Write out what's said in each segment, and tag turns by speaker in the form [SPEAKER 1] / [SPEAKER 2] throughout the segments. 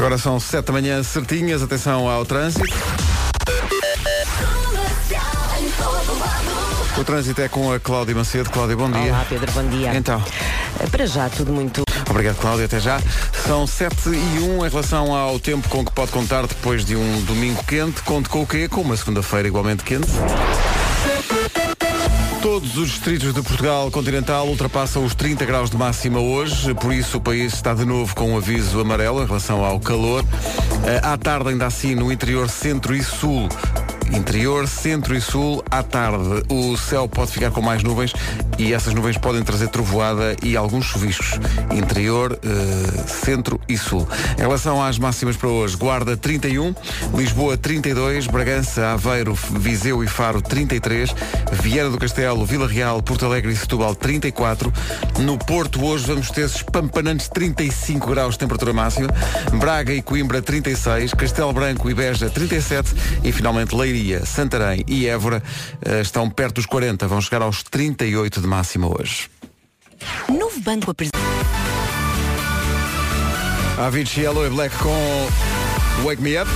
[SPEAKER 1] Agora são 7 da manhã certinhas, atenção ao trânsito. O trânsito é com a Cláudia Macedo. Cláudia, bom dia.
[SPEAKER 2] Olá, Pedro, bom dia. Eh,
[SPEAKER 1] Então.
[SPEAKER 2] Para já, tudo muito.
[SPEAKER 1] Obrigado, Cláudia. Até já. São 7 e 1 em relação ao tempo com que pode contar depois de um domingo quente. Conte com o quê? Com uma segunda-feira igualmente quente. Todos os distritos de Portugal continental ultrapassam os 30 graus de máxima hoje, por isso o país está de novo com um aviso amarelo em relação ao calor. Eh, À tarde, ainda assim, no interior centro e sul. Interior, centro e sul, à tarde o céu pode ficar com mais nuvens e essas nuvens podem trazer trovoada e alguns chuviscos. Interior, eh, centro e sul. Em relação às máximas para hoje, Guarda 31, Lisboa 32, Bragança, Aveiro, Viseu e Faro 33, Viana do Castelo, Vila Real, Porto Alegre e Setúbal 34. No Porto hoje vamos ter espampanantes 35 graus de temperatura máxima, Braga e Coimbra 36, Castelo Branco e Beja 37 e finalmente Leiria, Santarém e Évora eh, estão perto dos 40, vão chegar aos 38 de máxima hoje.
[SPEAKER 2] Novo banco apresenta.
[SPEAKER 1] Avicii Yellow e Black com Wake Me Up.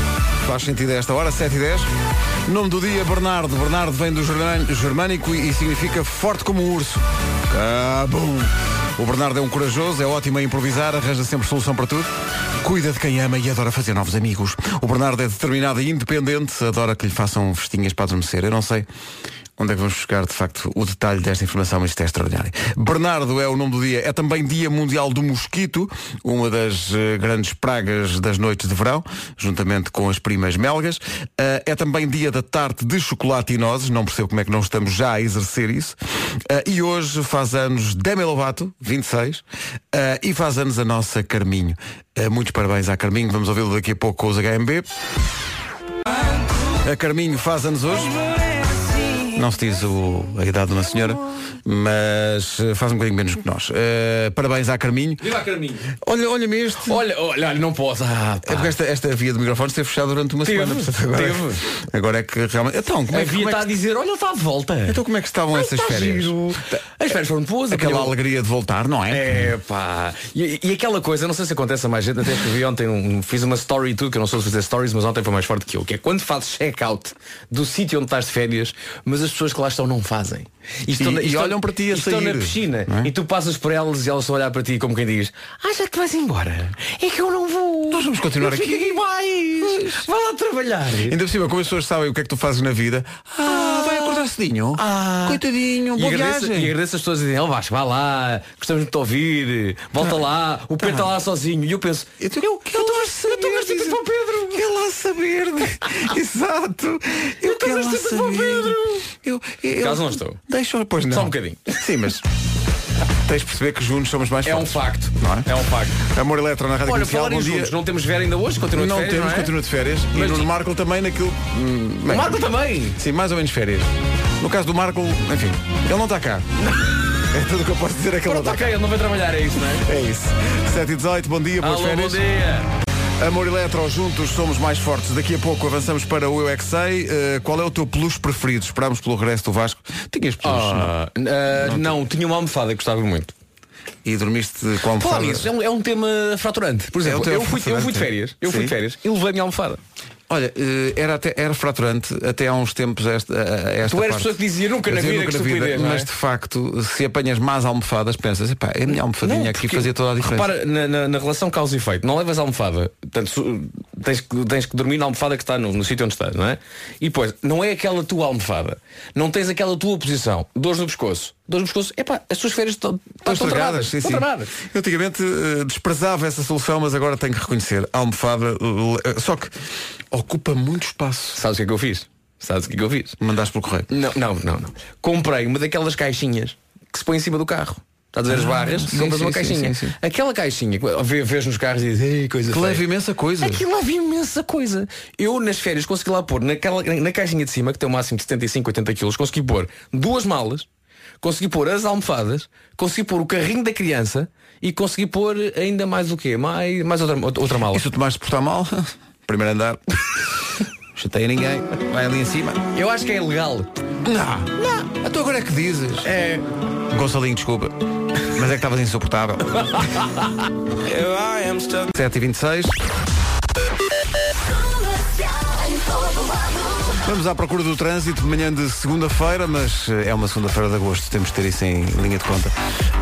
[SPEAKER 1] Faz sentido a esta hora, 7 e 10. Nome do dia, Bernardo. Bernardo vem do germân- germânico e e significa forte como um urso. Cabum! O Bernardo é um corajoso, é ótimo a improvisar, arranja sempre solução para tudo. Cuida de quem ama e adora fazer novos amigos. O Bernardo é determinado e independente, adora que lhe façam festinhas para adormecer. Eu não sei onde é que vamos buscar, de facto, o detalhe desta informação, mas isto é extraordinário. Bernardo é o nome do dia. É também Dia Mundial do Mosquito, uma das eh, grandes pragas das noites de verão, juntamente com as primas melgas. Ah, é também Dia da Tarte de Chocolate e Nozes, não percebo como é que não estamos já a exercer isso. Ah, e hoje faz anos Demi Lovato, 26, ah, e faz anos a nossa Carminho. Ah, muitos parabéns à Carminho, vamos ouvi-lo daqui a pouco com os HMB. A Carminho faz anos hoje. Não se diz o- a idade de uma senhora, mas eh, faz um bocadinho menos que nós. Eh, parabéns à Carminho.
[SPEAKER 3] Viva a Carminho.
[SPEAKER 1] Olha, olha-me este.
[SPEAKER 3] Olha, olha, olha, não posso. Ah,
[SPEAKER 1] É
[SPEAKER 3] pá.
[SPEAKER 1] porque esta, esta via de microfones esteve fechada durante uma
[SPEAKER 3] Teve,
[SPEAKER 1] semana. portanto, agora,
[SPEAKER 3] teve.
[SPEAKER 1] agora é que realmente. Então, como
[SPEAKER 3] A
[SPEAKER 1] é, que-
[SPEAKER 3] Via
[SPEAKER 1] como é
[SPEAKER 3] está a
[SPEAKER 1] que,
[SPEAKER 3] dizer, olha, ele está de volta.
[SPEAKER 1] então como é que estavam essas
[SPEAKER 3] Está
[SPEAKER 1] férias? Tá.
[SPEAKER 3] giro. As férias foram boas.
[SPEAKER 1] Aquela
[SPEAKER 3] apanhou-
[SPEAKER 1] alegria de voltar, não é?
[SPEAKER 3] É pá. E, e aquela coisa, não sei se acontece a mais gente, até escrevi ontem, um- fiz uma story e tudo, que eu não sou de fazer stories, mas ontem foi mais forte que eu, que é quando fazes check-out do sítio onde estás de férias, mas as pessoas que lá estão não fazem. estão
[SPEAKER 1] E-
[SPEAKER 3] na-
[SPEAKER 1] e olham para ti a
[SPEAKER 3] e Estão
[SPEAKER 1] sair,
[SPEAKER 3] na piscina
[SPEAKER 1] não é?
[SPEAKER 3] e tu passas por elas e elas estão a olhar para ti como quem diz, ah, já te vais embora. É que eu não vou.
[SPEAKER 1] Nós vamos continuar
[SPEAKER 3] Eu fico
[SPEAKER 1] aqui."
[SPEAKER 3] mais. Vai lá trabalhar.
[SPEAKER 1] Ainda por cima, como as pessoas sabem o que é que tu fazes na vida, ah, vai acordar cedinho.
[SPEAKER 3] Ah.
[SPEAKER 1] Coitadinho,
[SPEAKER 3] E
[SPEAKER 1] boa
[SPEAKER 3] agradeço, e
[SPEAKER 1] viagem.
[SPEAKER 3] agradeço as pessoas a dizerem, oh Vasco, vá lá, gostamos muito de te ouvir, volta lá, o Pedro está lá sozinho. E eu penso,
[SPEAKER 1] Eu estou
[SPEAKER 3] eu estou vestido para o Pedro.
[SPEAKER 1] Quer lá saber. de- Exato. Eu
[SPEAKER 3] estou
[SPEAKER 1] quero lá
[SPEAKER 3] vestido para o
[SPEAKER 1] saber.
[SPEAKER 3] Pedro.
[SPEAKER 1] Eu, eu, eu-
[SPEAKER 3] Caso não estou.
[SPEAKER 1] Deixa, pois não.
[SPEAKER 3] Só um bocadinho.
[SPEAKER 1] Sim, mas tens de perceber que juntos somos mais
[SPEAKER 3] é um
[SPEAKER 1] fortes.
[SPEAKER 3] facto.
[SPEAKER 1] Não é?
[SPEAKER 3] É um facto.
[SPEAKER 1] Amor Eletro na Rádio
[SPEAKER 3] Olha,
[SPEAKER 1] Comercial,
[SPEAKER 3] falarem
[SPEAKER 1] bom dia.
[SPEAKER 3] juntos, não temos Vera ainda hoje, continua de
[SPEAKER 1] Não
[SPEAKER 3] férias,
[SPEAKER 1] temos,
[SPEAKER 3] não é?
[SPEAKER 1] continua de férias.
[SPEAKER 3] Mas-
[SPEAKER 1] e no Marco também naquilo. hum, bem,
[SPEAKER 3] O Marco também.
[SPEAKER 1] Sim, mais ou menos férias. No caso do Marco, enfim, ele não está cá. é tudo o que eu posso dizer é que ele
[SPEAKER 3] Agora
[SPEAKER 1] não
[SPEAKER 3] está
[SPEAKER 1] está cá.
[SPEAKER 3] ok, ele não vai trabalhar, é isso, não é?
[SPEAKER 1] É isso. 7 e 18, bom dia, boas
[SPEAKER 3] Alô, bom
[SPEAKER 1] férias.
[SPEAKER 3] dia.
[SPEAKER 1] Amor Eletro, juntos somos mais fortes. Daqui a pouco avançamos para o Eu É Que Sei. Eh, qual é o teu peluche preferido? Esperamos pelo regresso do Vasco. Tinhas peluche não?
[SPEAKER 3] Ah, ah, não, tinha uma almofada que gostava muito.
[SPEAKER 1] e dormiste com a
[SPEAKER 3] Falar
[SPEAKER 1] almofada.
[SPEAKER 3] nisso, é um, é um tema fraturante. Por exemplo,
[SPEAKER 1] um tema
[SPEAKER 3] eu, fui, eu fui
[SPEAKER 1] fraturante.
[SPEAKER 3] de férias, eu fui de
[SPEAKER 1] Sim.
[SPEAKER 3] férias e levei a minha almofada.
[SPEAKER 1] Olha, eh, era, até, era fraturante até há uns tempos esta, a- a- esta
[SPEAKER 3] Tu eras
[SPEAKER 1] parte.
[SPEAKER 3] pessoa que dizia nunca na
[SPEAKER 1] Mas eu
[SPEAKER 3] vida que estupidez, não é?
[SPEAKER 1] Mas de facto, se apanhas más almofadas, pensas, epá, é a minha almofadinha aqui
[SPEAKER 3] porque-
[SPEAKER 1] fazia toda a diferença.
[SPEAKER 3] Repara, na, na- na relação causa e efeito, não levas a almofada, portanto, su- tens, que- tens que dormir na almofada que está no, no sítio onde estás, não é? E depois, não é aquela tua almofada, não tens aquela tua posição, dores no pescoço, dores no pescoço, epá, as tuas férias estão estão
[SPEAKER 1] Estão estragadas,
[SPEAKER 3] tramadas,
[SPEAKER 1] sim,
[SPEAKER 3] estão
[SPEAKER 1] sim.
[SPEAKER 3] tramadas.
[SPEAKER 1] Eu antigamente eh, desprezava essa solução, mas agora tenho que reconhecer. A almofada, eh, eh, só que ocupa muito espaço.
[SPEAKER 3] Sabes o que é que eu fiz? Sabes o que é que eu fiz?
[SPEAKER 1] Mandaste pelo correio.
[SPEAKER 3] Não, não, não, não. Comprei uma daquelas caixinhas que se põe em cima do carro. Estás a ver as
[SPEAKER 1] Ah,
[SPEAKER 3] barras?
[SPEAKER 1] sim,
[SPEAKER 3] compras
[SPEAKER 1] sim,
[SPEAKER 3] uma
[SPEAKER 1] sim,
[SPEAKER 3] caixinha.
[SPEAKER 1] sim, sim.
[SPEAKER 3] Aquela caixinha que vê- vês nos carros e dizes, "Ei, coisa
[SPEAKER 1] Que
[SPEAKER 3] feia."
[SPEAKER 1] leva imensa coisa.
[SPEAKER 3] Aquilo lá havia imensa coisa. Eu nas férias consegui lá pôr, naquela, na caixinha de cima, que tem o máximo de 75, 80 quilos, consegui pôr duas malas, consegui pôr as almofadas, consegui pôr o carrinho da criança e consegui pôr ainda mais o quê? Mais, mais outra, outra mala.
[SPEAKER 1] E se o Tomás se portar mal, primeiro andar, chateia ninguém, vai ali em cima.
[SPEAKER 3] Eu acho que é ilegal.
[SPEAKER 1] Não, não. Então agora é que dizes.
[SPEAKER 3] É.
[SPEAKER 1] Gonçalinho, desculpa. Mas é que estavas insuportável. 7h26. Vamos à procura do trânsito de manhã de segunda-feira, mas eh, é uma segunda-feira de agosto, temos de ter isso em linha de conta.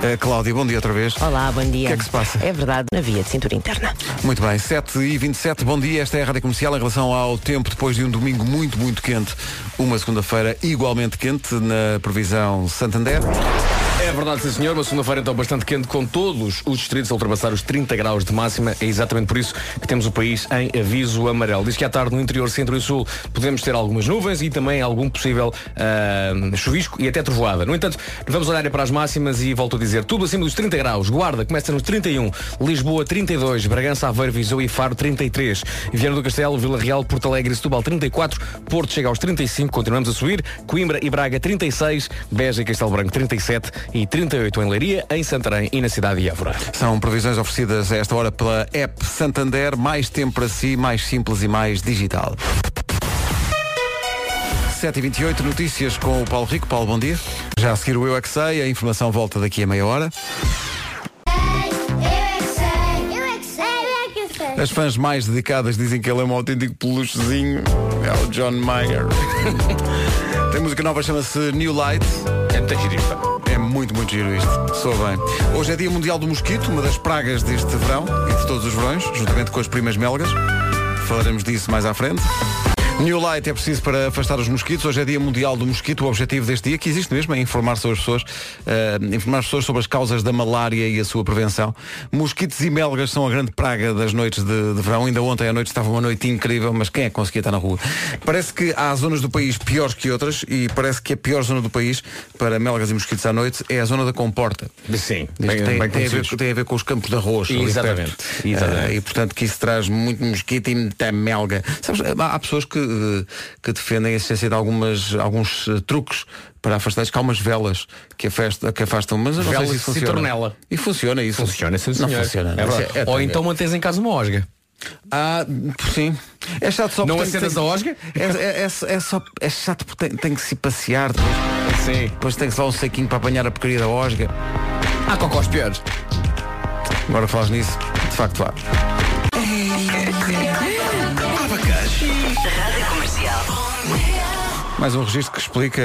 [SPEAKER 1] Eh, Cláudia, bom dia outra vez.
[SPEAKER 2] Olá, bom dia.
[SPEAKER 1] O que é que se passa?
[SPEAKER 2] É verdade, na via de cintura interna.
[SPEAKER 1] Muito bem, 7 e 27 bom dia, esta é a Rádio Comercial em relação ao tempo depois de um domingo muito, muito quente, uma segunda-feira igualmente quente na previsão Santander.
[SPEAKER 3] É verdade, sim senhor, uma segunda-feira então bastante quente com todos os distritos a ultrapassar os 30 graus de máxima. É exatamente por isso que temos o país em aviso amarelo. Diz que à tarde no interior centro e sul podemos ter algumas nuvens e também algum possível ah, chuvisco e até trovoada. No entanto, vamos olhar para as máximas e volto a dizer, tudo assim acima dos 30 graus. Guarda começa nos 31, Lisboa 32, Bragança, Aveiro, Viseu e Faro 33, Viana do Castelo, Vila Real, Porto Alegre e Setúbal 34, Porto chega aos 35, continuamos a subir, Coimbra e Braga 36, Beja e Castelo Branco 37 e 38 em Leiria, em Santarém e na cidade de Évora.
[SPEAKER 1] São previsões oferecidas a esta hora pela app Santander, mais tempo para si, mais simples e mais digital. 7h28, notícias com o Paulo Rico. Paulo, bom dia. Já a seguir o Eu É Que Sei, a informação volta daqui a meia hora. As fãs mais dedicadas dizem que ele é um autêntico peluchezinho. É o John Mayer. Tem música nova, chama-se New Light.
[SPEAKER 3] É muita girifa.
[SPEAKER 1] É muito, muito giro isto. Sou bem. Hoje é dia mundial do mosquito, uma das pragas deste verão e de todos os verões, juntamente com as primas melgas. Falaremos disso mais à frente. New Light é preciso para afastar os mosquitos. Hoje é dia mundial do mosquito. O objetivo deste dia, que existe mesmo, é informar sobre as pessoas, eh, informar as pessoas sobre as causas da malária e a sua prevenção. Mosquitos e melgas são a grande praga das noites de, de verão. Ainda ontem à noite estava uma noite incrível, mas quem é que conseguia estar na rua? Parece que há zonas do país piores que outras e parece que a pior zona do país para melgas e mosquitos à noite é a zona da comporta.
[SPEAKER 3] Sim,
[SPEAKER 1] Diz que
[SPEAKER 3] bem-
[SPEAKER 1] tem,
[SPEAKER 3] bem
[SPEAKER 1] tem a ver,
[SPEAKER 3] conhecidos.
[SPEAKER 1] com- tem a ver com os campos de arroz. ali
[SPEAKER 3] Exatamente,
[SPEAKER 1] perto.
[SPEAKER 3] exatamente.
[SPEAKER 1] Ah, e portanto que isso traz muito mosquito e muita melga. Sabes, há há pessoas que, eh, que defendem a essência de algumas, alguns eh, truques para afastar. Diz que há umas velas que, afasta, que afastam, mas eu não
[SPEAKER 3] Velas
[SPEAKER 1] sei se isso
[SPEAKER 3] de
[SPEAKER 1] funciona.
[SPEAKER 3] citronela.
[SPEAKER 1] E funciona isso.
[SPEAKER 3] Funciona, sim,
[SPEAKER 1] Não
[SPEAKER 3] senhor.
[SPEAKER 1] funciona.
[SPEAKER 3] É verdade.
[SPEAKER 1] Isso é- é
[SPEAKER 3] Ou
[SPEAKER 1] tanga.
[SPEAKER 3] então mantens em casa uma osga.
[SPEAKER 1] Ah, sim. É chato só
[SPEAKER 3] Não
[SPEAKER 1] porque tem-
[SPEAKER 3] acenas
[SPEAKER 1] tem-
[SPEAKER 3] a osga?
[SPEAKER 1] É, é, é, é só, é chato porque tem, tem que se passear.
[SPEAKER 3] Sim.
[SPEAKER 1] Depois tem que se levar um sequinho para apanhar a porcaria da osga.
[SPEAKER 3] Há Ah, cocós piores.
[SPEAKER 1] Agora falas nisso, de facto vá. Mais um registro que explica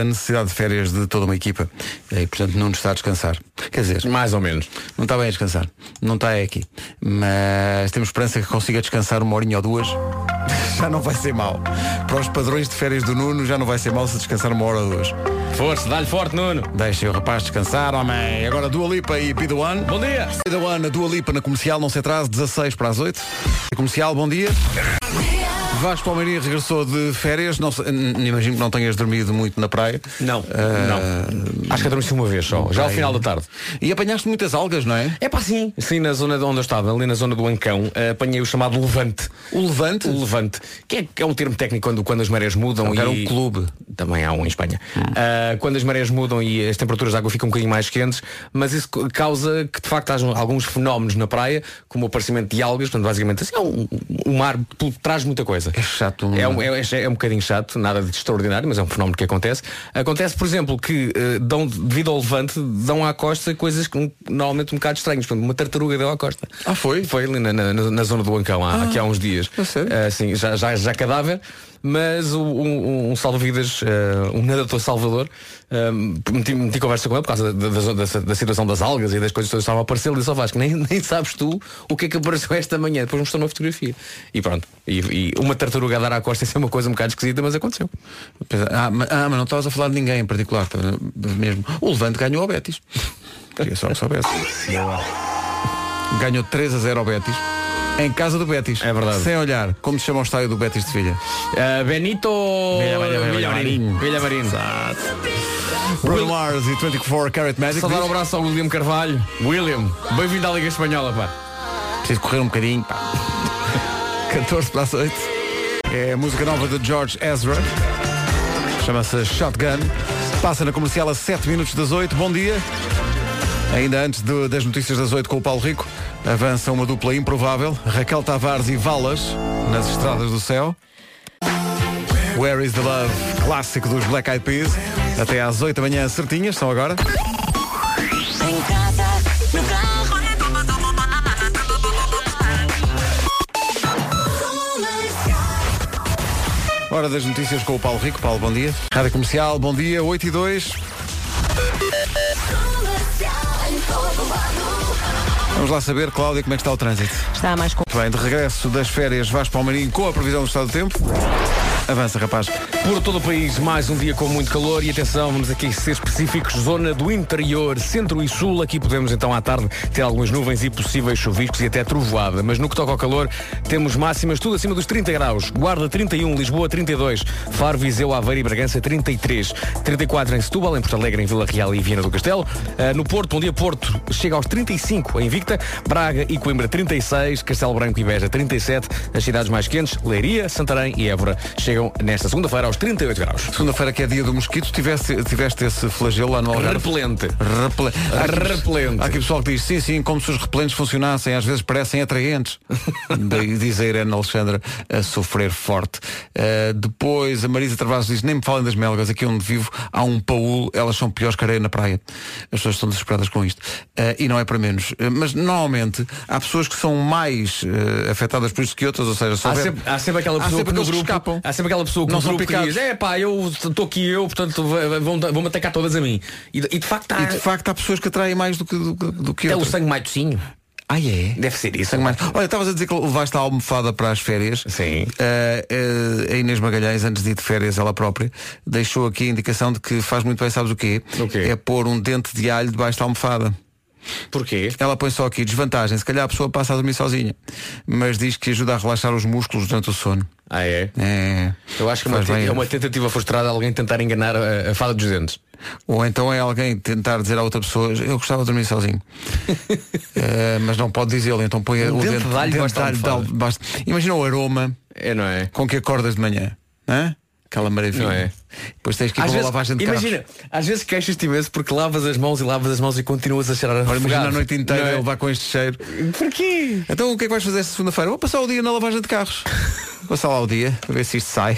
[SPEAKER 1] a necessidade de férias de toda uma equipa. E, portanto, não nos está a descansar. Quer dizer,
[SPEAKER 3] Mais ou menos.
[SPEAKER 1] não está bem a descansar. Não está é aqui. Mas temos esperança que consiga descansar uma horinha ou duas. Já não vai ser mal. Para os padrões de férias do Nuno, já não vai ser mal se descansar uma hora ou duas.
[SPEAKER 3] Força, dá-lhe forte, Nuno.
[SPEAKER 1] Deixem o rapaz descansar, homem. Agora Dua Lipa e Be The One.
[SPEAKER 3] Bom dia.
[SPEAKER 1] Be The One, a Dua Lipa na comercial, não se atrase, 16 para as 8. Comercial, bom dia. Vasco Palmeirinho regressou de férias. Não, sei- n- n- imagino que não tenhas dormido muito na praia. Ah,
[SPEAKER 3] Não, não. Acho que adormeci uma vez só, já ao final da tarde.
[SPEAKER 1] E apanhaste muitas algas, não é?
[SPEAKER 3] É pá, sim. Sim, na zona de onde eu estava, ali na zona do Ancão, eh, apanhei o chamado levante.
[SPEAKER 1] O levante?
[SPEAKER 3] O levante, que é, que é um termo técnico quando, quando as marés mudam
[SPEAKER 1] Não,
[SPEAKER 3] e...
[SPEAKER 1] era um clube.
[SPEAKER 3] Também há um em Espanha. Ah, quando as marés mudam e as temperaturas da água ficam um bocadinho mais quentes, mas isso co- causa que de facto hajam alguns fenómenos na praia, como o aparecimento de algas, portanto basicamente assim, é um, o mar pu- traz muita coisa.
[SPEAKER 1] É chato, não é?
[SPEAKER 3] É um, é, é- é um bocadinho chato, nada de extraordinário, mas é um fenómeno que acontece. Acontece, por exemplo, que eh, dão, devido ao levante, dão à costa coisas que, um, normalmente um bocado estranhas. Por exemplo, Uma tartaruga deu à costa.
[SPEAKER 1] Ah, foi? Ah.
[SPEAKER 3] Foi ali na, na- na- na zona do Ancão, há, aqui há uns dias.
[SPEAKER 1] a sério?
[SPEAKER 3] Eh, sim, já, já, já cadáver, mas o- um, um salva-vidas, eh, um nadador salvador, eh, meti, meti conversa com ele por causa da, da- da- da situação das algas e das coisas que estavam a aparecer. Ele disse ao Vasco, nem, nem sabes tu o que é que apareceu esta manhã. Depois mostrou uma fotografia. E pronto. E, e uma tartaruga a dar à costa, isso é uma coisa um bocado esquisita, mas aconteceu.
[SPEAKER 1] Ah, mas, ah, mas não estavas a falar de ninguém em particular. estava- Mesmo. O levante ganhou ao Betis. Queria só que soubesse. Ganhou 3 a 0 ao Betis. Em casa do Betis.
[SPEAKER 3] É verdade.
[SPEAKER 1] Sem olhar. Como se chama o estádio do Betis de Filha?
[SPEAKER 3] Eh, Benito
[SPEAKER 1] Velha- velha- velha-
[SPEAKER 3] Villamarín.
[SPEAKER 1] Villamarín.
[SPEAKER 3] Villamarín.
[SPEAKER 1] Bruno Mars e 24 Carat Magic.
[SPEAKER 3] Só dar o
[SPEAKER 1] Diz-
[SPEAKER 3] um abraço ao William Carvalho. William, bem-vindo à Liga Espanhola, pá.
[SPEAKER 1] Preciso correr um bocadinho. pá. 14 para as 8. É a música nova de George Ezra. Chama-se Shotgun. Passa na comercial a 7 minutos das 8. Bom dia. Ainda antes do- das notícias das 8 com o Paulo Rico, avança uma dupla improvável. Raquel Tavares e Valas nas estradas do céu. Where is the Love? Clássico dos Black Eyed Peas. Até às 8 da manhã certinhas, são agora.
[SPEAKER 4] Em casa, no carro.
[SPEAKER 1] Hora das notícias com o Paulo Rico. Paulo, bom dia. Rádio Comercial, bom dia, 8 e 2. Vamos lá saber, Cláudia, como é que está o trânsito.
[SPEAKER 2] Está mais com...
[SPEAKER 1] Muito Bem, de regresso das férias Vasco Palmeirinho com a previsão do estado do tempo. Avança, rapaz.
[SPEAKER 3] Por todo o país, mais um dia com muito calor e atenção, vamos aqui ser específicos, zona do interior, centro e sul, aqui podemos então à tarde ter algumas nuvens e possíveis chuviscos e até trovoada, mas no que toca ao calor, temos máximas tudo acima dos 30 graus, Guarda 31, Lisboa 32, Faro, Viseu, Aveiro e Bragança 33, 34 em Setúbal, em Porto Alegre, em Vila Real e Viana do Castelo, Ah, no Porto, um dia Porto chega aos 35 em Victa, Braga e Coimbra 36, Castelo Branco e Beja 37, as cidades mais quentes, Leiria, Santarém e Évora, chegam nesta segunda-feira aos 38 graus.
[SPEAKER 1] Segunda-feira que é dia do mosquito, tiveste, tiveste esse flagelo lá no Algarve?
[SPEAKER 3] Repelente.
[SPEAKER 1] Repel... Há aqui-
[SPEAKER 3] Repelente.
[SPEAKER 1] Há aqui pessoal que diz, sim, sim, como se os repelentes funcionassem, às vezes parecem atraentes. Daí diz a Irene Alexandra a sofrer forte. Uh, depois a Marisa Travassos diz, nem me falem das melgas, aqui onde vivo há um paúl, elas são piores que areia na praia. As pessoas estão desesperadas com isto. Uh, e não é para menos. Uh, mas normalmente há pessoas que são mais uh, afetadas por isto que outras, ou seja, se
[SPEAKER 3] Há
[SPEAKER 1] houver-
[SPEAKER 3] sempre, há sempre aquela
[SPEAKER 1] Há
[SPEAKER 3] pessoa
[SPEAKER 1] sempre
[SPEAKER 3] que no
[SPEAKER 1] aqueles que
[SPEAKER 3] grupo,
[SPEAKER 1] escapam.
[SPEAKER 3] Há sempre aquela pessoa que
[SPEAKER 1] Não
[SPEAKER 3] no
[SPEAKER 1] são
[SPEAKER 3] grupo que
[SPEAKER 1] picados.
[SPEAKER 3] diz, é pá, eu estou aqui eu, portanto v- vão, vão atacar todas a mim. E, de- e de facto há
[SPEAKER 1] E de facto há pessoas que atraem mais do que, do, que- do que
[SPEAKER 3] até É o
[SPEAKER 1] outras.
[SPEAKER 3] sangue maitocinho.
[SPEAKER 1] Ah, é?
[SPEAKER 3] Deve ser isso.
[SPEAKER 1] Sangue mais. Olha, estavas a dizer que levaste a almofada para as férias.
[SPEAKER 3] Sim.
[SPEAKER 1] Eh, eh, a Inês Magalhães, antes de ir de férias ela própria, deixou aqui a indicação de que faz muito bem, sabes o quê?
[SPEAKER 3] O quê?
[SPEAKER 1] É pôr um dente de alho debaixo da almofada.
[SPEAKER 3] Porquê?
[SPEAKER 1] Ela põe só aqui desvantagem. Se calhar a pessoa passa a dormir sozinha. Mas diz que ajuda a relaxar os músculos durante o sono.
[SPEAKER 3] Ah é?
[SPEAKER 1] É.
[SPEAKER 3] Eu acho que é uma,
[SPEAKER 1] Faz bem.
[SPEAKER 3] te- é uma tentativa frustrada de alguém tentar enganar a, a fada dos dentes.
[SPEAKER 1] Ou então é alguém tentar dizer à outra pessoa, eu gostava de dormir sozinho. Eh, mas não pode dizê-lo, então põe
[SPEAKER 3] Um
[SPEAKER 1] o
[SPEAKER 3] dente
[SPEAKER 1] dente
[SPEAKER 3] de
[SPEAKER 1] dente
[SPEAKER 3] alho debaixo da
[SPEAKER 1] da
[SPEAKER 3] almofada.
[SPEAKER 1] debaixo- Imagina o aroma.
[SPEAKER 3] É, não é?
[SPEAKER 1] com que acordas de manhã. Hã? Aquela maravilha.
[SPEAKER 3] Não é?
[SPEAKER 1] Depois tens que ir para
[SPEAKER 3] Às
[SPEAKER 1] uma
[SPEAKER 3] vezes,
[SPEAKER 1] lavagem de
[SPEAKER 3] imagina,
[SPEAKER 1] carros.
[SPEAKER 3] às vezes queixas-te imenso porque lavas as mãos e lavas as mãos e continuas a cheirar a
[SPEAKER 1] Agora imagina a
[SPEAKER 3] refogado.
[SPEAKER 1] noite inteira
[SPEAKER 3] Não é?
[SPEAKER 1] ele vai com este cheiro.
[SPEAKER 3] Porquê?
[SPEAKER 1] Então o que é que vais fazer esta segunda-feira? Vou passar o dia na lavagem de carros. Vou passar lá o dia, para ver se isto sai.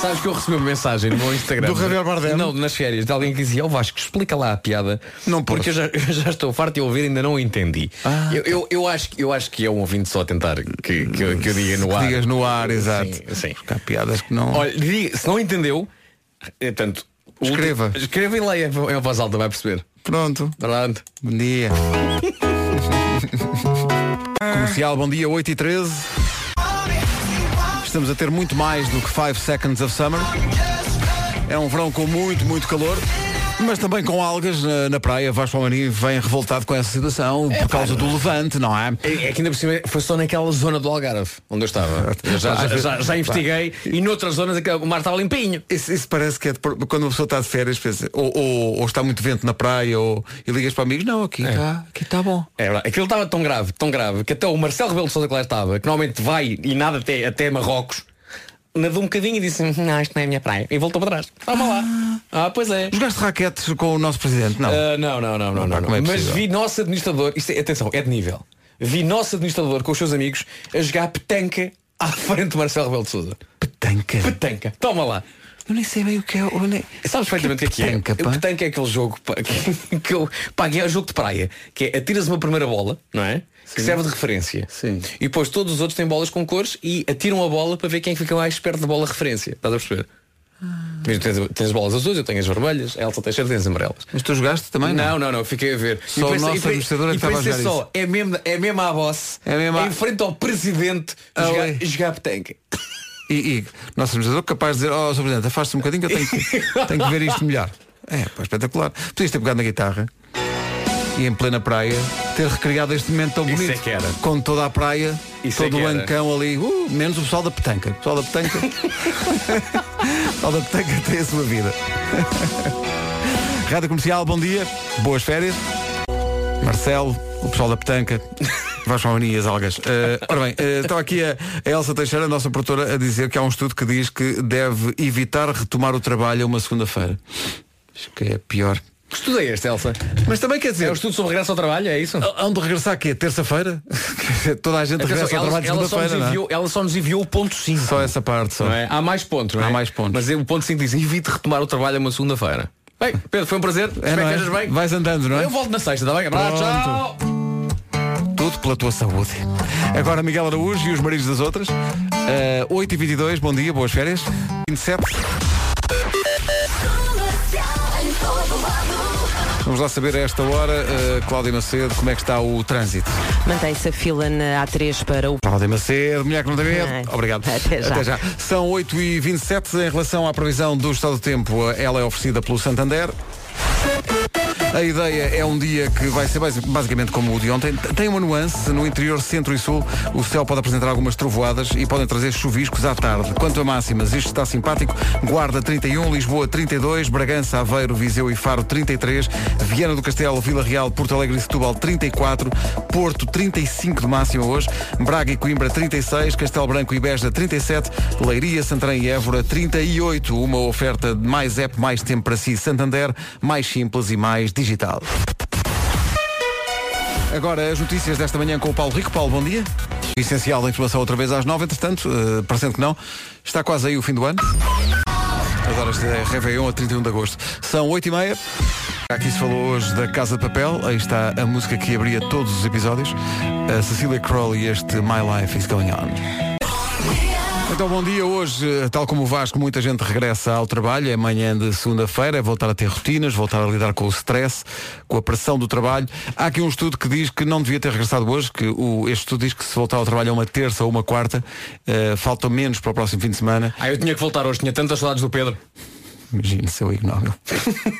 [SPEAKER 3] Sabes que eu recebi uma mensagem no meu Instagram
[SPEAKER 1] Do Javier Bardem?
[SPEAKER 3] Não, nas férias De alguém que dizia Ó Vasco, explica lá a piada
[SPEAKER 1] Não posso. Ah,
[SPEAKER 3] Porque eu já, eu já estou farto de ouvir e ainda não entendi eu, eu, eu acho, que- eu acho que é um ouvinte só a tentar Que, que, eu- que eu diga no
[SPEAKER 1] Que
[SPEAKER 3] ar
[SPEAKER 1] Digas no ar, exato.
[SPEAKER 3] Sim, sim.
[SPEAKER 1] Porque há piadas que não.
[SPEAKER 3] Olha, diga, se não entendeu eh, Portanto o
[SPEAKER 1] Escreva.
[SPEAKER 3] último- Escreva e leia em voz alta, vai perceber
[SPEAKER 1] Pronto.
[SPEAKER 3] Pronto
[SPEAKER 1] Bom dia. Comercial, bom dia, 8 e 13. Estamos a ter muito mais do que 5 Seconds of Summer. É um verão com muito, muito calor. Mas também com algas na, na praia, Vasco Almani vem revoltado com essa situação por causa do levante, não é?
[SPEAKER 3] É é que ainda por cima foi só naquela zona do Algarve onde eu estava. Eu já, já, Ah, já- já investiguei e noutras zonas aquele- o mar estava limpinho.
[SPEAKER 1] Isso, isso parece que é de por- quando uma pessoa está de férias, pensa, ou, ou- ou está muito vento na praia, ou, e ligas para amigos, não, aqui está aqui tá bom.
[SPEAKER 3] É verdade. Aquilo estava tão grave, tão grave, que até o Marcelo Rebelo de Sousa que lá estava, que normalmente vai e nada até, até Marrocos, nadou um bocadinho e disse, não, isto não é a minha praia. E voltou para trás. Vamos lá. Ah, pois é.
[SPEAKER 1] Jogaste raquetes com o nosso presidente? Não.
[SPEAKER 3] Ah, não, não, não, não,
[SPEAKER 1] pá,
[SPEAKER 3] não, não.
[SPEAKER 1] como é
[SPEAKER 3] Mas
[SPEAKER 1] possível?
[SPEAKER 3] vi nosso administrador, isto é, atenção, é de nível. Vi nosso administrador com os seus amigos a jogar petanca à frente do Marcelo Rebelo de Sousa.
[SPEAKER 1] Petanca.
[SPEAKER 3] Petanca. Toma lá.
[SPEAKER 1] Eu nem sei bem o que é. eu nem-
[SPEAKER 3] Sabes perfeitamente o que é que
[SPEAKER 1] petanca,
[SPEAKER 3] é.
[SPEAKER 1] pá?
[SPEAKER 3] O petanca é aquele jogo pá, que, que eu, pá, que é o jogo de praia, que é atiras uma primeira bola, não é? Que serve de referência.
[SPEAKER 1] Sim.
[SPEAKER 3] E depois todos os outros têm bolas com cores e atiram a bola para ver quem é fica mais perto da bola referência. Estás a perceber?
[SPEAKER 1] Ah.
[SPEAKER 3] Mesmo Tens, tens bolas azuis, eu tenho as vermelhas, a Elsa Teixeira tem as amarelas.
[SPEAKER 1] Mas tu jogaste também? é?
[SPEAKER 3] Não, não, não, fiquei a ver.
[SPEAKER 1] Só o nosso administrador é que
[SPEAKER 3] e
[SPEAKER 1] estava a
[SPEAKER 3] pensei
[SPEAKER 1] jogar
[SPEAKER 3] só, é mesmo, é mesmo à boss,
[SPEAKER 1] É mesmo à-
[SPEAKER 3] em frente ao presidente,
[SPEAKER 1] Ah,
[SPEAKER 3] jogar,
[SPEAKER 1] ué.
[SPEAKER 3] jogar petanca.
[SPEAKER 1] E, e nosso administrador capaz de dizer, oh, Sr. Presidente, afaste-se um bocadinho que eu tenho que, tenho que ver isto melhor. É, pá, espetacular. Podias ter pegado na guitarra e em plena praia ter recriado este momento tão
[SPEAKER 3] Isso
[SPEAKER 1] bonito.
[SPEAKER 3] é que era.
[SPEAKER 1] Com toda a praia,
[SPEAKER 3] Isso é
[SPEAKER 1] todo
[SPEAKER 3] que
[SPEAKER 1] o
[SPEAKER 3] era.
[SPEAKER 1] ancão ali, uh, menos o pessoal da petanca. O pessoal da petanca. o pessoal da petanca tem a sua vida. Rádio Comercial, bom dia, boas férias. Marcelo, o pessoal da petanca, Vasco Almini e as algas. Eh, ora bem, eh, estava aqui a, a Elsa Teixeira, a nossa produtora, a dizer que há um estudo que diz que deve evitar retomar o trabalho a uma segunda-feira. Acho que é pior.
[SPEAKER 3] Estudei este, Elsa.
[SPEAKER 1] Mas também quer
[SPEAKER 3] É
[SPEAKER 1] dizer,
[SPEAKER 3] o estudo sobre regresso ao trabalho, é isso?
[SPEAKER 1] hão de regressar aqui a terça-feira? Quer dizer, Toda a gente
[SPEAKER 3] é Atenção,
[SPEAKER 1] regressa ao
[SPEAKER 3] ela,
[SPEAKER 1] trabalho
[SPEAKER 3] ela
[SPEAKER 1] de
[SPEAKER 3] só nos
[SPEAKER 1] segunda-feira, não
[SPEAKER 3] enviou, ela só nos enviou o ponto 5.
[SPEAKER 1] é? Só essa parte, só.
[SPEAKER 3] não é? Há mais pontos, não é?
[SPEAKER 1] Há mais pontos.
[SPEAKER 3] Mas o ponto 5 diz, evite retomar o trabalho a uma segunda-feira. Bem, Pedro, foi um prazer.
[SPEAKER 1] não
[SPEAKER 3] Espero que
[SPEAKER 1] é?
[SPEAKER 3] estejas tá bem.
[SPEAKER 1] Vais andando, não é?
[SPEAKER 3] Eu volto na sexta, está bem? Abraço,
[SPEAKER 1] Pronto.
[SPEAKER 3] tchau.
[SPEAKER 1] Tudo pela tua saúde. Agora Miguel Araújo e os maridos das outras. Eh, 8h22, bom dia, boas férias. 27. Vamos lá saber a esta hora, eh, Cláudia Macedo, como é que está o trânsito.
[SPEAKER 2] Mantém-se a fila na A3 para o.
[SPEAKER 1] Cláudia Macedo, mulher que não tem medo.
[SPEAKER 2] Ai.
[SPEAKER 1] Obrigado.
[SPEAKER 2] Até já.
[SPEAKER 1] São 8h27 em relação à previsão do estado do tempo. Ela é oferecida pelo Santander. A ideia é um dia que vai ser basi- basicamente como o de ontem. T- Tem uma nuance, no interior centro e sul o céu pode apresentar algumas trovoadas e podem trazer chuviscos à tarde. Quanto a máximas, isto está simpático. Guarda 31, Lisboa 32, Bragança, Aveiro, Viseu e Faro 33, Viana do Castelo, Vila Real, Porto Alegre e Setúbal 34, Porto 35 de máxima hoje, Braga e Coimbra 36, Castelo Branco e Beja 37, Leiria, Santarém e Évora 38. Uma oferta de mais app, mais tempo para si. Santander, mais simples e mais digital. Agora as notícias desta manhã com o Paulo Rico. Paulo, bom dia. Essencial da informação outra vez às nove, entretanto, eh, parecendo que não, está quase aí o fim do ano. As horas de Réveillon a 31 de Agosto. São 8 e meia. Aqui se falou hoje da Casa de Papel, aí está a música que abria todos os episódios. A Cecília Crowley e este My Life is Going On. Então, bom dia. Hoje, eh, tal como o Vasco, muita gente regressa ao trabalho. É manhã de segunda-feira, é voltar a ter rotinas, voltar a lidar com o stress, com a pressão do trabalho. Há aqui um estudo que diz que não devia ter regressado hoje, que o, este estudo diz que se voltar ao trabalho a uma terça ou uma quarta, eh, falta menos para o próximo fim de semana.
[SPEAKER 3] Ah, eu tinha que voltar hoje, tinha tantas saudades do Pedro.
[SPEAKER 1] Imagino, seu ignóbil.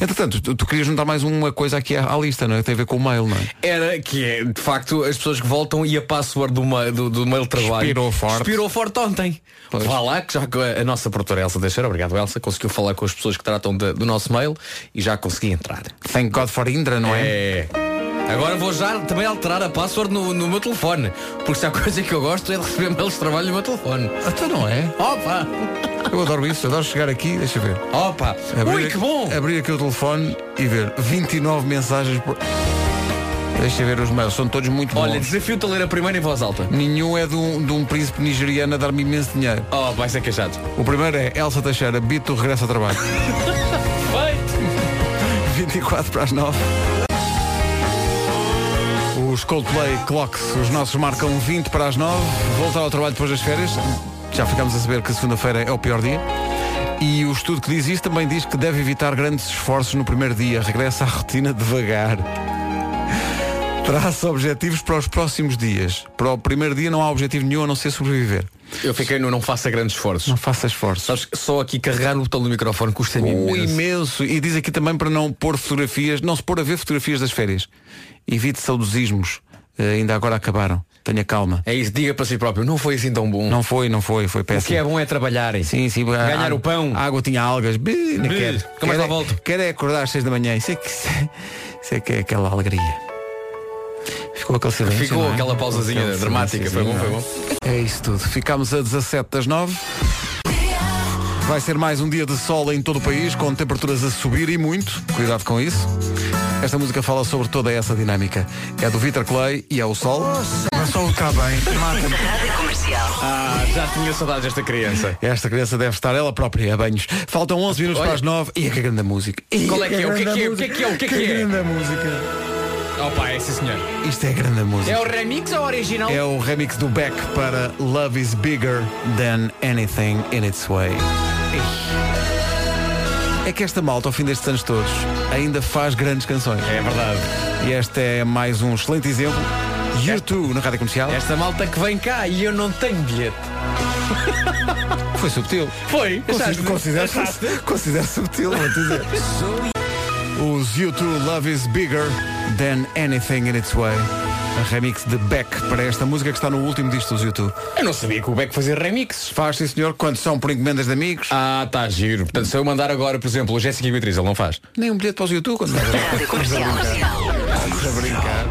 [SPEAKER 1] Entretanto, tu, tu querias juntar mais uma coisa aqui à, à lista, não é? Tem a ver com o mail, não é?
[SPEAKER 3] Era que é, de facto, as pessoas que voltam e a password do, ma- do, do mail de trabalho.
[SPEAKER 1] Expirou forte.
[SPEAKER 3] Expirou forte ontem.
[SPEAKER 1] Pois.
[SPEAKER 3] Vá lá, que já que a, a nossa produtora Elsa Teixeira, obrigado Elsa, conseguiu falar com as pessoas que tratam de- do nosso mail e já consegui entrar.
[SPEAKER 1] Thank God for Indra, não é?
[SPEAKER 3] É. Agora vou já também alterar a password no, no meu telefone. Porque se há coisa que eu gosto é de receber mails de trabalho no meu telefone.
[SPEAKER 1] Até não é?
[SPEAKER 3] Opa!
[SPEAKER 1] Eu adoro isso, adoro chegar aqui, deixa eu ver.
[SPEAKER 3] Opa! Ui, que bom!
[SPEAKER 1] Abrir aqui o telefone e ver 29 mensagens por... Deixa eu ver os mails, são todos muito bons.
[SPEAKER 3] Olha, desafio-te a ler a primeira em voz alta.
[SPEAKER 1] Nenhum é de um, de um príncipe nigeriano a dar-me imenso dinheiro.
[SPEAKER 3] Oh, vai ser queixado.
[SPEAKER 1] O primeiro é Elsa Teixeira, Bito regressa ao trabalho.
[SPEAKER 3] Feito!
[SPEAKER 1] 24 para as 9. Os Coldplay Clocks, os nossos marcam 20 para as 9. Voltar ao trabalho depois das férias. Já ficamos a saber que segunda-feira é o pior dia. E o estudo que diz isso também diz que deve evitar grandes esforços no primeiro dia. Regressa à rotina devagar. Traça objetivos para os próximos dias. Para o primeiro dia não há objetivo nenhum a não ser sobreviver.
[SPEAKER 3] Eu fiquei no não faça grandes esforços.
[SPEAKER 1] Não faça esforços.
[SPEAKER 3] Sabes que só aqui carregar no botão do microfone custa-me
[SPEAKER 1] O
[SPEAKER 3] imenso.
[SPEAKER 1] imenso. E diz aqui também para não pôr fotografias, não se pôr a ver fotografias das férias. Evite saudosismos. Eh, ainda agora acabaram. Tenha calma.
[SPEAKER 3] É isso, diga para si próprio, não foi assim tão bom.
[SPEAKER 1] Não foi, não foi, foi
[SPEAKER 3] o que
[SPEAKER 1] péssimo.
[SPEAKER 3] é bom é trabalhar.
[SPEAKER 1] Sim, sim, a-
[SPEAKER 3] Ganhar
[SPEAKER 1] a-
[SPEAKER 3] o pão.
[SPEAKER 1] A água tinha algas. Bê, não
[SPEAKER 3] Bê,
[SPEAKER 1] quero.
[SPEAKER 3] como é que lá
[SPEAKER 1] Quero
[SPEAKER 3] volto?
[SPEAKER 1] Quero é acordar às seis da manhã. Isso é que, isso é, que é aquela alegria. Ficou aquele silêncio.
[SPEAKER 3] Ficou
[SPEAKER 1] não é?
[SPEAKER 3] aquela pausazinha
[SPEAKER 1] Aquele
[SPEAKER 3] dramática, foi bom, foi
[SPEAKER 1] silênciozinho,
[SPEAKER 3] bom.
[SPEAKER 1] não é? É isso tudo. Ficámos a 17 das 9. Vai ser mais um dia de sol em todo o país, com temperaturas a subir e muito. Cuidado com isso. Esta música fala sobre toda essa dinâmica. É do Vitor Clay e é o sol. Mas só está bem. Mata-me.
[SPEAKER 3] Ah, já tinha saudades desta criança.
[SPEAKER 1] Esta criança deve estar ela própria a banhos. Faltam 11 minutos
[SPEAKER 3] Olha.
[SPEAKER 1] para as 9 e a que grande música. E
[SPEAKER 3] Qual é que é? O que é
[SPEAKER 1] grande
[SPEAKER 3] que é? O
[SPEAKER 1] música.
[SPEAKER 3] que é que é? O que é que é?
[SPEAKER 1] grande música.
[SPEAKER 3] Opa, é sim senhor.
[SPEAKER 1] Isto é grande música.
[SPEAKER 3] remix ou original?
[SPEAKER 1] É o remix do Beck para Love is Bigger Than Anything in Its Way. É que esta malta, ao fim destes anos todos, ainda faz grandes canções.
[SPEAKER 3] É verdade.
[SPEAKER 1] E este é mais um excelente exemplo. YouTube na Rádio Comercial.
[SPEAKER 3] Esta malta que vem cá e eu não tenho bilhete.
[SPEAKER 1] Foi subtil.
[SPEAKER 3] Foi?
[SPEAKER 1] Considero, considero, considero subtil, vou dizer. Os U2 Love is Bigger Than Anything in Its Way. A remix de Beck para esta música que está no último disco dos U2.
[SPEAKER 3] Eu não sabia é que o Beck fazia remixes.
[SPEAKER 1] Faz, sim senhor, quando são por encomendas de amigos.
[SPEAKER 3] Ah, tá giro. Portanto, se eu mandar agora, por exemplo, o Jéssica e Beatriz, ele não faz.
[SPEAKER 1] Nem um bilhete para os U2 quando Estamos a brincar.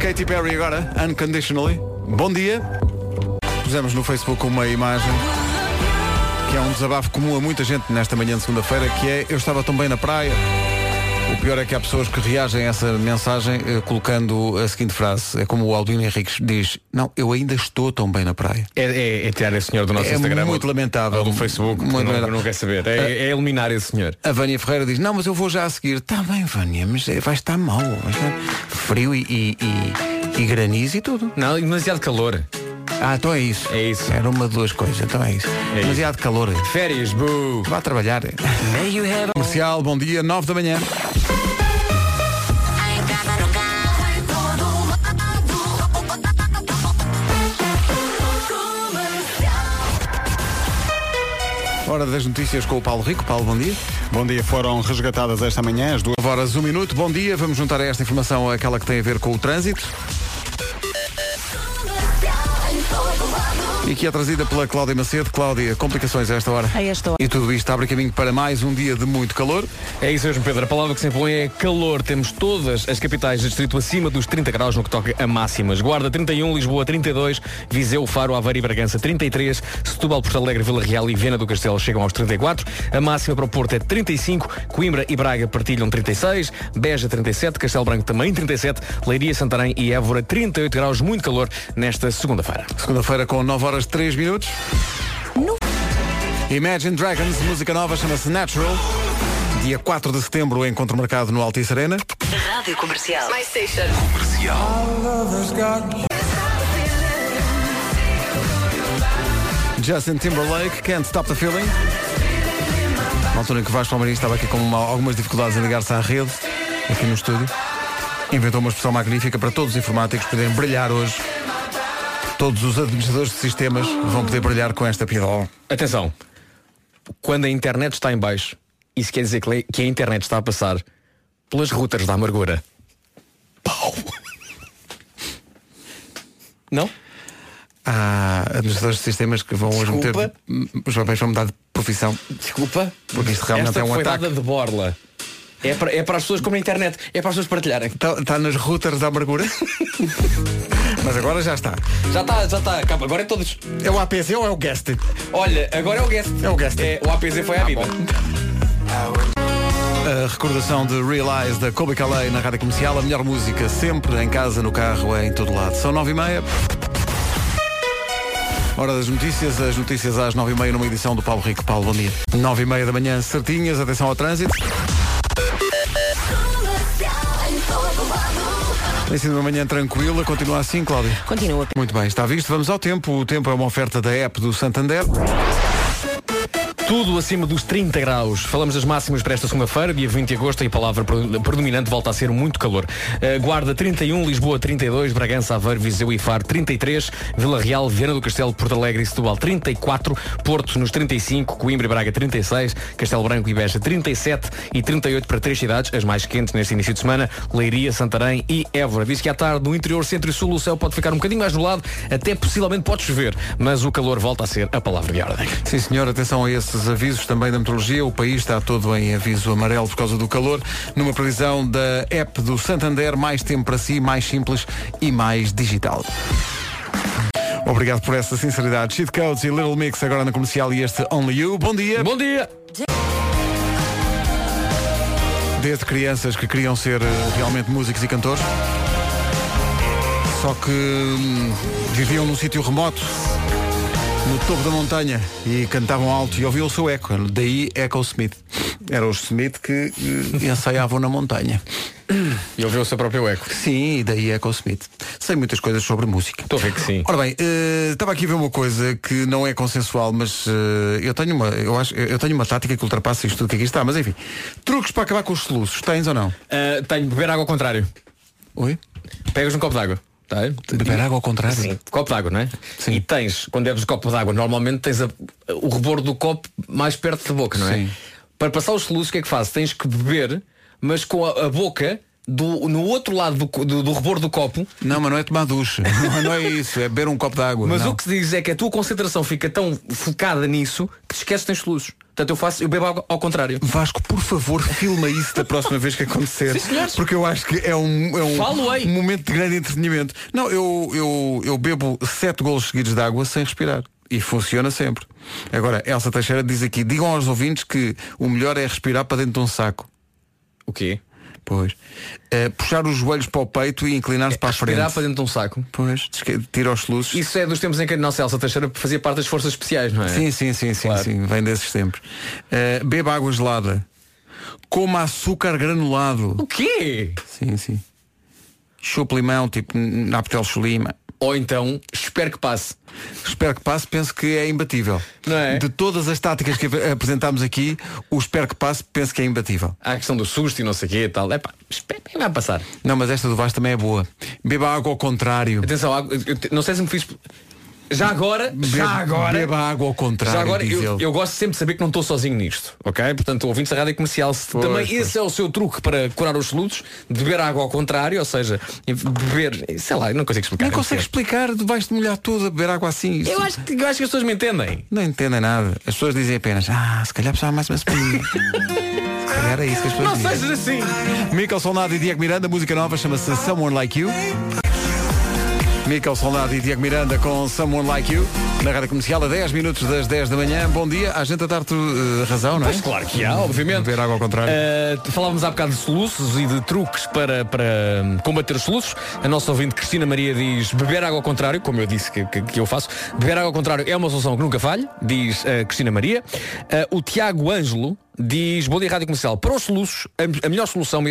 [SPEAKER 1] Katy Perry agora, Unconditionally. Bom dia. Pusemos no Facebook uma imagem que é um desabafo comum a muita gente nesta manhã de segunda-feira, que é eu estava tão bem na praia. O pior é que há pessoas que reagem a essa mensagem eh, colocando a seguinte frase. É como o Aldino Henriques diz, não, eu ainda estou tão bem na praia.
[SPEAKER 3] É, é, é tirar esse senhor do nosso
[SPEAKER 1] É
[SPEAKER 3] Instagram.
[SPEAKER 1] muito
[SPEAKER 3] ou-
[SPEAKER 1] lamentável.
[SPEAKER 3] Ou do Facebook.
[SPEAKER 1] Muito
[SPEAKER 3] não,
[SPEAKER 1] lamentável.
[SPEAKER 3] não quer saber. É, é eliminar esse senhor.
[SPEAKER 1] A Vânia Ferreira diz, "Tá não, mas eu vou já a seguir. Está bem, Vânia, mas eh, vai estar mal. Vai estar frio e, e- e- E granizo e tudo.
[SPEAKER 3] Não, demasiado calor.
[SPEAKER 1] Ah, então é isso.
[SPEAKER 3] É isso.
[SPEAKER 1] Era uma de duas coisas, então é isso. Demasiado calor.
[SPEAKER 3] Férias, boo.
[SPEAKER 1] Vá trabalhar. Comercial, bom dia, 9 da manhã.
[SPEAKER 4] Em casa, no carro, em todo lado.
[SPEAKER 1] Hora das notícias com o Paulo Rico. Paulo, bom dia.
[SPEAKER 5] Bom dia, foram resgatadas esta manhã as duas.
[SPEAKER 1] 9 horas, 1 minuto. Bom dia. Vamos juntar a esta informação aquela que tem a ver com o trânsito
[SPEAKER 4] Em todo lado.
[SPEAKER 1] e que é trazida pela Cláudia Macedo. Cláudia, complicações a esta hora.
[SPEAKER 2] A esta hora.
[SPEAKER 1] E tudo isto abre caminho para mais um dia de muito calor.
[SPEAKER 3] É isso mesmo, Pedro. A palavra que se impõe é calor. Temos todas as capitais do distrito acima dos 30 graus no que toca a máximas. Guarda 31, Lisboa 32, Viseu, Faro, Aveiro e Bragança 33, Setúbal, Porto Alegre, Vila Real e Viana do Castelo chegam aos 34. A máxima para o Porto é 35, Coimbra e Braga partilham 36, Beja 37, Castelo Branco também 37, Leiria, Santarém e Évora 38 graus, muito calor nesta segunda-feira.
[SPEAKER 1] Segunda-feira com 9 horas 3 minutos. Imagine Dragons, música nova, chama-se Natural. Dia 4 de setembro, encontro marcado no Altice Arena.
[SPEAKER 4] Rádio Comercial.
[SPEAKER 1] Justin Timberlake, Can't Stop the Feeling. Na altura em que Vasco Palmeirinho estava aqui com uma- algumas dificuldades em ligar-se à rede, aqui no estúdio, inventou uma expressão magnífica para todos os informáticos poderem brilhar hoje. Todos os administradores de sistemas vão poder brilhar com esta piada.
[SPEAKER 3] Atenção, quando a internet está em baixo, isso quer dizer que le- que a internet está a passar pelas routers da amargura. Pau! Não?
[SPEAKER 1] Há administradores de sistemas que vão hoje
[SPEAKER 3] Desculpa.
[SPEAKER 1] meter. Os papéis vão mudar de profissão.
[SPEAKER 3] Desculpa.
[SPEAKER 1] Porque isto realmente
[SPEAKER 3] Esta
[SPEAKER 1] é um
[SPEAKER 3] foi
[SPEAKER 1] ataque.
[SPEAKER 3] dada de borla. É para, é para as pessoas como na internet, é para as pessoas partilharem.
[SPEAKER 1] Está Tá, nas routers da amargura. Mas agora já está.
[SPEAKER 3] Já está, já está, acaba. Agora é todos.
[SPEAKER 1] É o APC ou é o guest?
[SPEAKER 3] Olha, agora é o guest.
[SPEAKER 1] É o guest.
[SPEAKER 3] É, o APZ foi à vida.
[SPEAKER 1] A recordação de Realize da Kobe Calais na rádio comercial. A melhor música sempre, em casa, no carro, é em todo lado. São nove e meia. Hora das notícias, as notícias às nove e meia numa edição do Paulo Rico. Paulo, bom dia. Nove e meia da manhã, certinhas, atenção ao trânsito.
[SPEAKER 4] Comercial. Em todo lado.
[SPEAKER 1] Tem sido uma manhã tranquila, continua assim, Cláudio.
[SPEAKER 2] Continua.
[SPEAKER 1] Muito bem, está visto, vamos ao tempo. O tempo é uma oferta da app do Santander.
[SPEAKER 3] Tudo acima dos 30 graus. Falamos das máximas para esta segunda-feira, dia 20 de agosto, e a palavra pre- predominante volta a ser muito calor. Eh, Guarda 31, Lisboa 32, Bragança, Aveiro, Viseu e Faro 33, Vila Real, Viana do Castelo, Porto Alegre e Setúbal 34, Porto nos 35, Coimbra e Braga 36, Castelo Branco e Beja 37 e 38 para três cidades, as mais quentes neste início de semana, Leiria, Santarém e Évora. Diz que à tarde no interior centro e sul o céu pode ficar um bocadinho mais nublado, até possivelmente pode chover, mas o calor volta a ser a palavra de ordem.
[SPEAKER 1] Sim, senhor, atenção a esses avisos também da meteorologia. O país está todo em aviso amarelo por causa do calor. Numa previsão da app do Santander, mais tempo para si, mais simples e mais digital. Obrigado por essa sinceridade. Cheat Codes e Little Mix agora na comercial e este Only You. Bom dia.
[SPEAKER 3] Bom dia!
[SPEAKER 1] Desde crianças que queriam ser eh, realmente músicos e cantores. Só que hum, viviam num sítio remoto, no topo da montanha, e cantavam alto e ouviam o seu eco. Daí Echo Smith. Era os Smith que eh, ensaiavam na montanha.
[SPEAKER 3] E ouviu o seu próprio eco.
[SPEAKER 1] Sim, e daí Echo Smith. Sei muitas coisas sobre música.
[SPEAKER 3] Estou a ver que sim.
[SPEAKER 1] Ora bem, eh, estava aqui a ver uma coisa que não é consensual, mas eh, eu tenho uma, eu acho, eu tenho uma tática que ultrapassa isto tudo que aqui está, mas enfim. Truques para acabar com os soluços, tens ou não?
[SPEAKER 3] Ah, tenho beber água ao contrário.
[SPEAKER 1] Oi?
[SPEAKER 3] Pegas um copo d'água. Tá?
[SPEAKER 1] Beber água ao contrário?
[SPEAKER 3] Sim, copo d'água, não é?
[SPEAKER 1] Sim.
[SPEAKER 3] E tens, quando bebes o copo d'água, normalmente tens a- o rebordo do copo mais perto da boca, não é?
[SPEAKER 1] Sim.
[SPEAKER 3] Para passar os soluços, o que é que fazes? Tens que beber, mas com a, a boca do, no outro lado do, co- do, do rebordo do copo.
[SPEAKER 1] Não, mas não é tomar ducha. não, não é isso, é beber um copo de água.
[SPEAKER 3] Mas
[SPEAKER 1] não.
[SPEAKER 3] o que se diz é que a tua concentração fica tão focada nisso que te esqueces que tens soluços. Portanto, eu faço, eu bebo água ao contrário.
[SPEAKER 1] Vasco, por favor, filma isso da próxima vez que acontecer.
[SPEAKER 3] senhores.
[SPEAKER 1] porque eu acho que é um, é um
[SPEAKER 3] Falo, ei.
[SPEAKER 1] momento de grande entretenimento. Não, eu, eu, eu bebo sete golos seguidos de água sem respirar. E funciona sempre. Agora, Elsa Teixeira diz aqui, digam aos ouvintes que o melhor é respirar para dentro de um saco.
[SPEAKER 3] O quê?
[SPEAKER 1] Pois. Eh, puxar os joelhos para o peito e inclinar-se É, para a frente.
[SPEAKER 3] Respirar para dentro de um saco.
[SPEAKER 1] Pois, desque- tira os soluços.
[SPEAKER 3] Isso é dos tempos em que a nossa Elsa Teixeira fazia parte das forças especiais, não é?
[SPEAKER 1] Sim, sim, sim, sim,
[SPEAKER 3] Claro.
[SPEAKER 1] sim. Vem desses tempos. Eh, beba água gelada. Coma açúcar granulado.
[SPEAKER 3] O quê?
[SPEAKER 1] Sim, sim. chupo limão, tipo na Aptel Lima.
[SPEAKER 3] Ou então, espero que passe.
[SPEAKER 1] Espero que passe, penso que é imbatível.
[SPEAKER 3] Não é?
[SPEAKER 1] De todas as táticas que ap- apresentámos aqui, o espero que passe, penso que é imbatível.
[SPEAKER 3] Há a questão do susto e não sei o quê e tal. É pá, espero que vai passar.
[SPEAKER 1] Não, mas esta do Vasco também é boa. Beba água ao contrário.
[SPEAKER 3] Atenção, há- eu te- não sei se me fiz. Já agora,
[SPEAKER 1] Beba,
[SPEAKER 3] já agora.
[SPEAKER 1] Beba água ao contrário.
[SPEAKER 3] Já agora,
[SPEAKER 1] diz
[SPEAKER 3] eu,
[SPEAKER 1] ele.
[SPEAKER 3] eu gosto sempre de saber que não estou sozinho nisto, ok? Portanto, ouvintes da rádio comercial, se
[SPEAKER 1] Pois,
[SPEAKER 3] também
[SPEAKER 1] pois.
[SPEAKER 3] esse é o seu truque para curar os soluços, de beber água ao contrário, ou seja, beber, sei lá, eu não consigo explicar.
[SPEAKER 1] Nem
[SPEAKER 3] como
[SPEAKER 1] consegue
[SPEAKER 3] é.
[SPEAKER 1] explicar, tu vais-te molhar tudo a beber água assim. Isso
[SPEAKER 3] Eu acho, que, eu acho que as pessoas me entendem.
[SPEAKER 1] Não entendem nada. As pessoas dizem apenas, ah, se calhar precisava mais uma semana. se calhar é isso que as pessoas
[SPEAKER 3] Não
[SPEAKER 1] dizem.
[SPEAKER 3] sejas assim!
[SPEAKER 1] Michael Soldado e Diego Miranda, música nova chama-se Someone Like You. Michael Soldado e Diego Miranda com Someone Like You na rádio comercial a 10 minutos das 10 da manhã. Bom dia, a gente a dar-te eh, razão, não é?
[SPEAKER 3] Mas claro que há, obviamente.
[SPEAKER 1] Beber água ao contrário.
[SPEAKER 3] Uh, falávamos há bocado de soluços e de truques para, para hum, combater os soluços. A nossa ouvinte Cristina Maria diz beber água ao contrário, como eu disse que, que- que eu faço. Beber água ao contrário é uma solução que nunca falha, diz uh, Cristina Eh, Maria. Uh, o Tiago Ângelo diz, bom dia Rádio Comercial, para os soluços, a, a melhor solução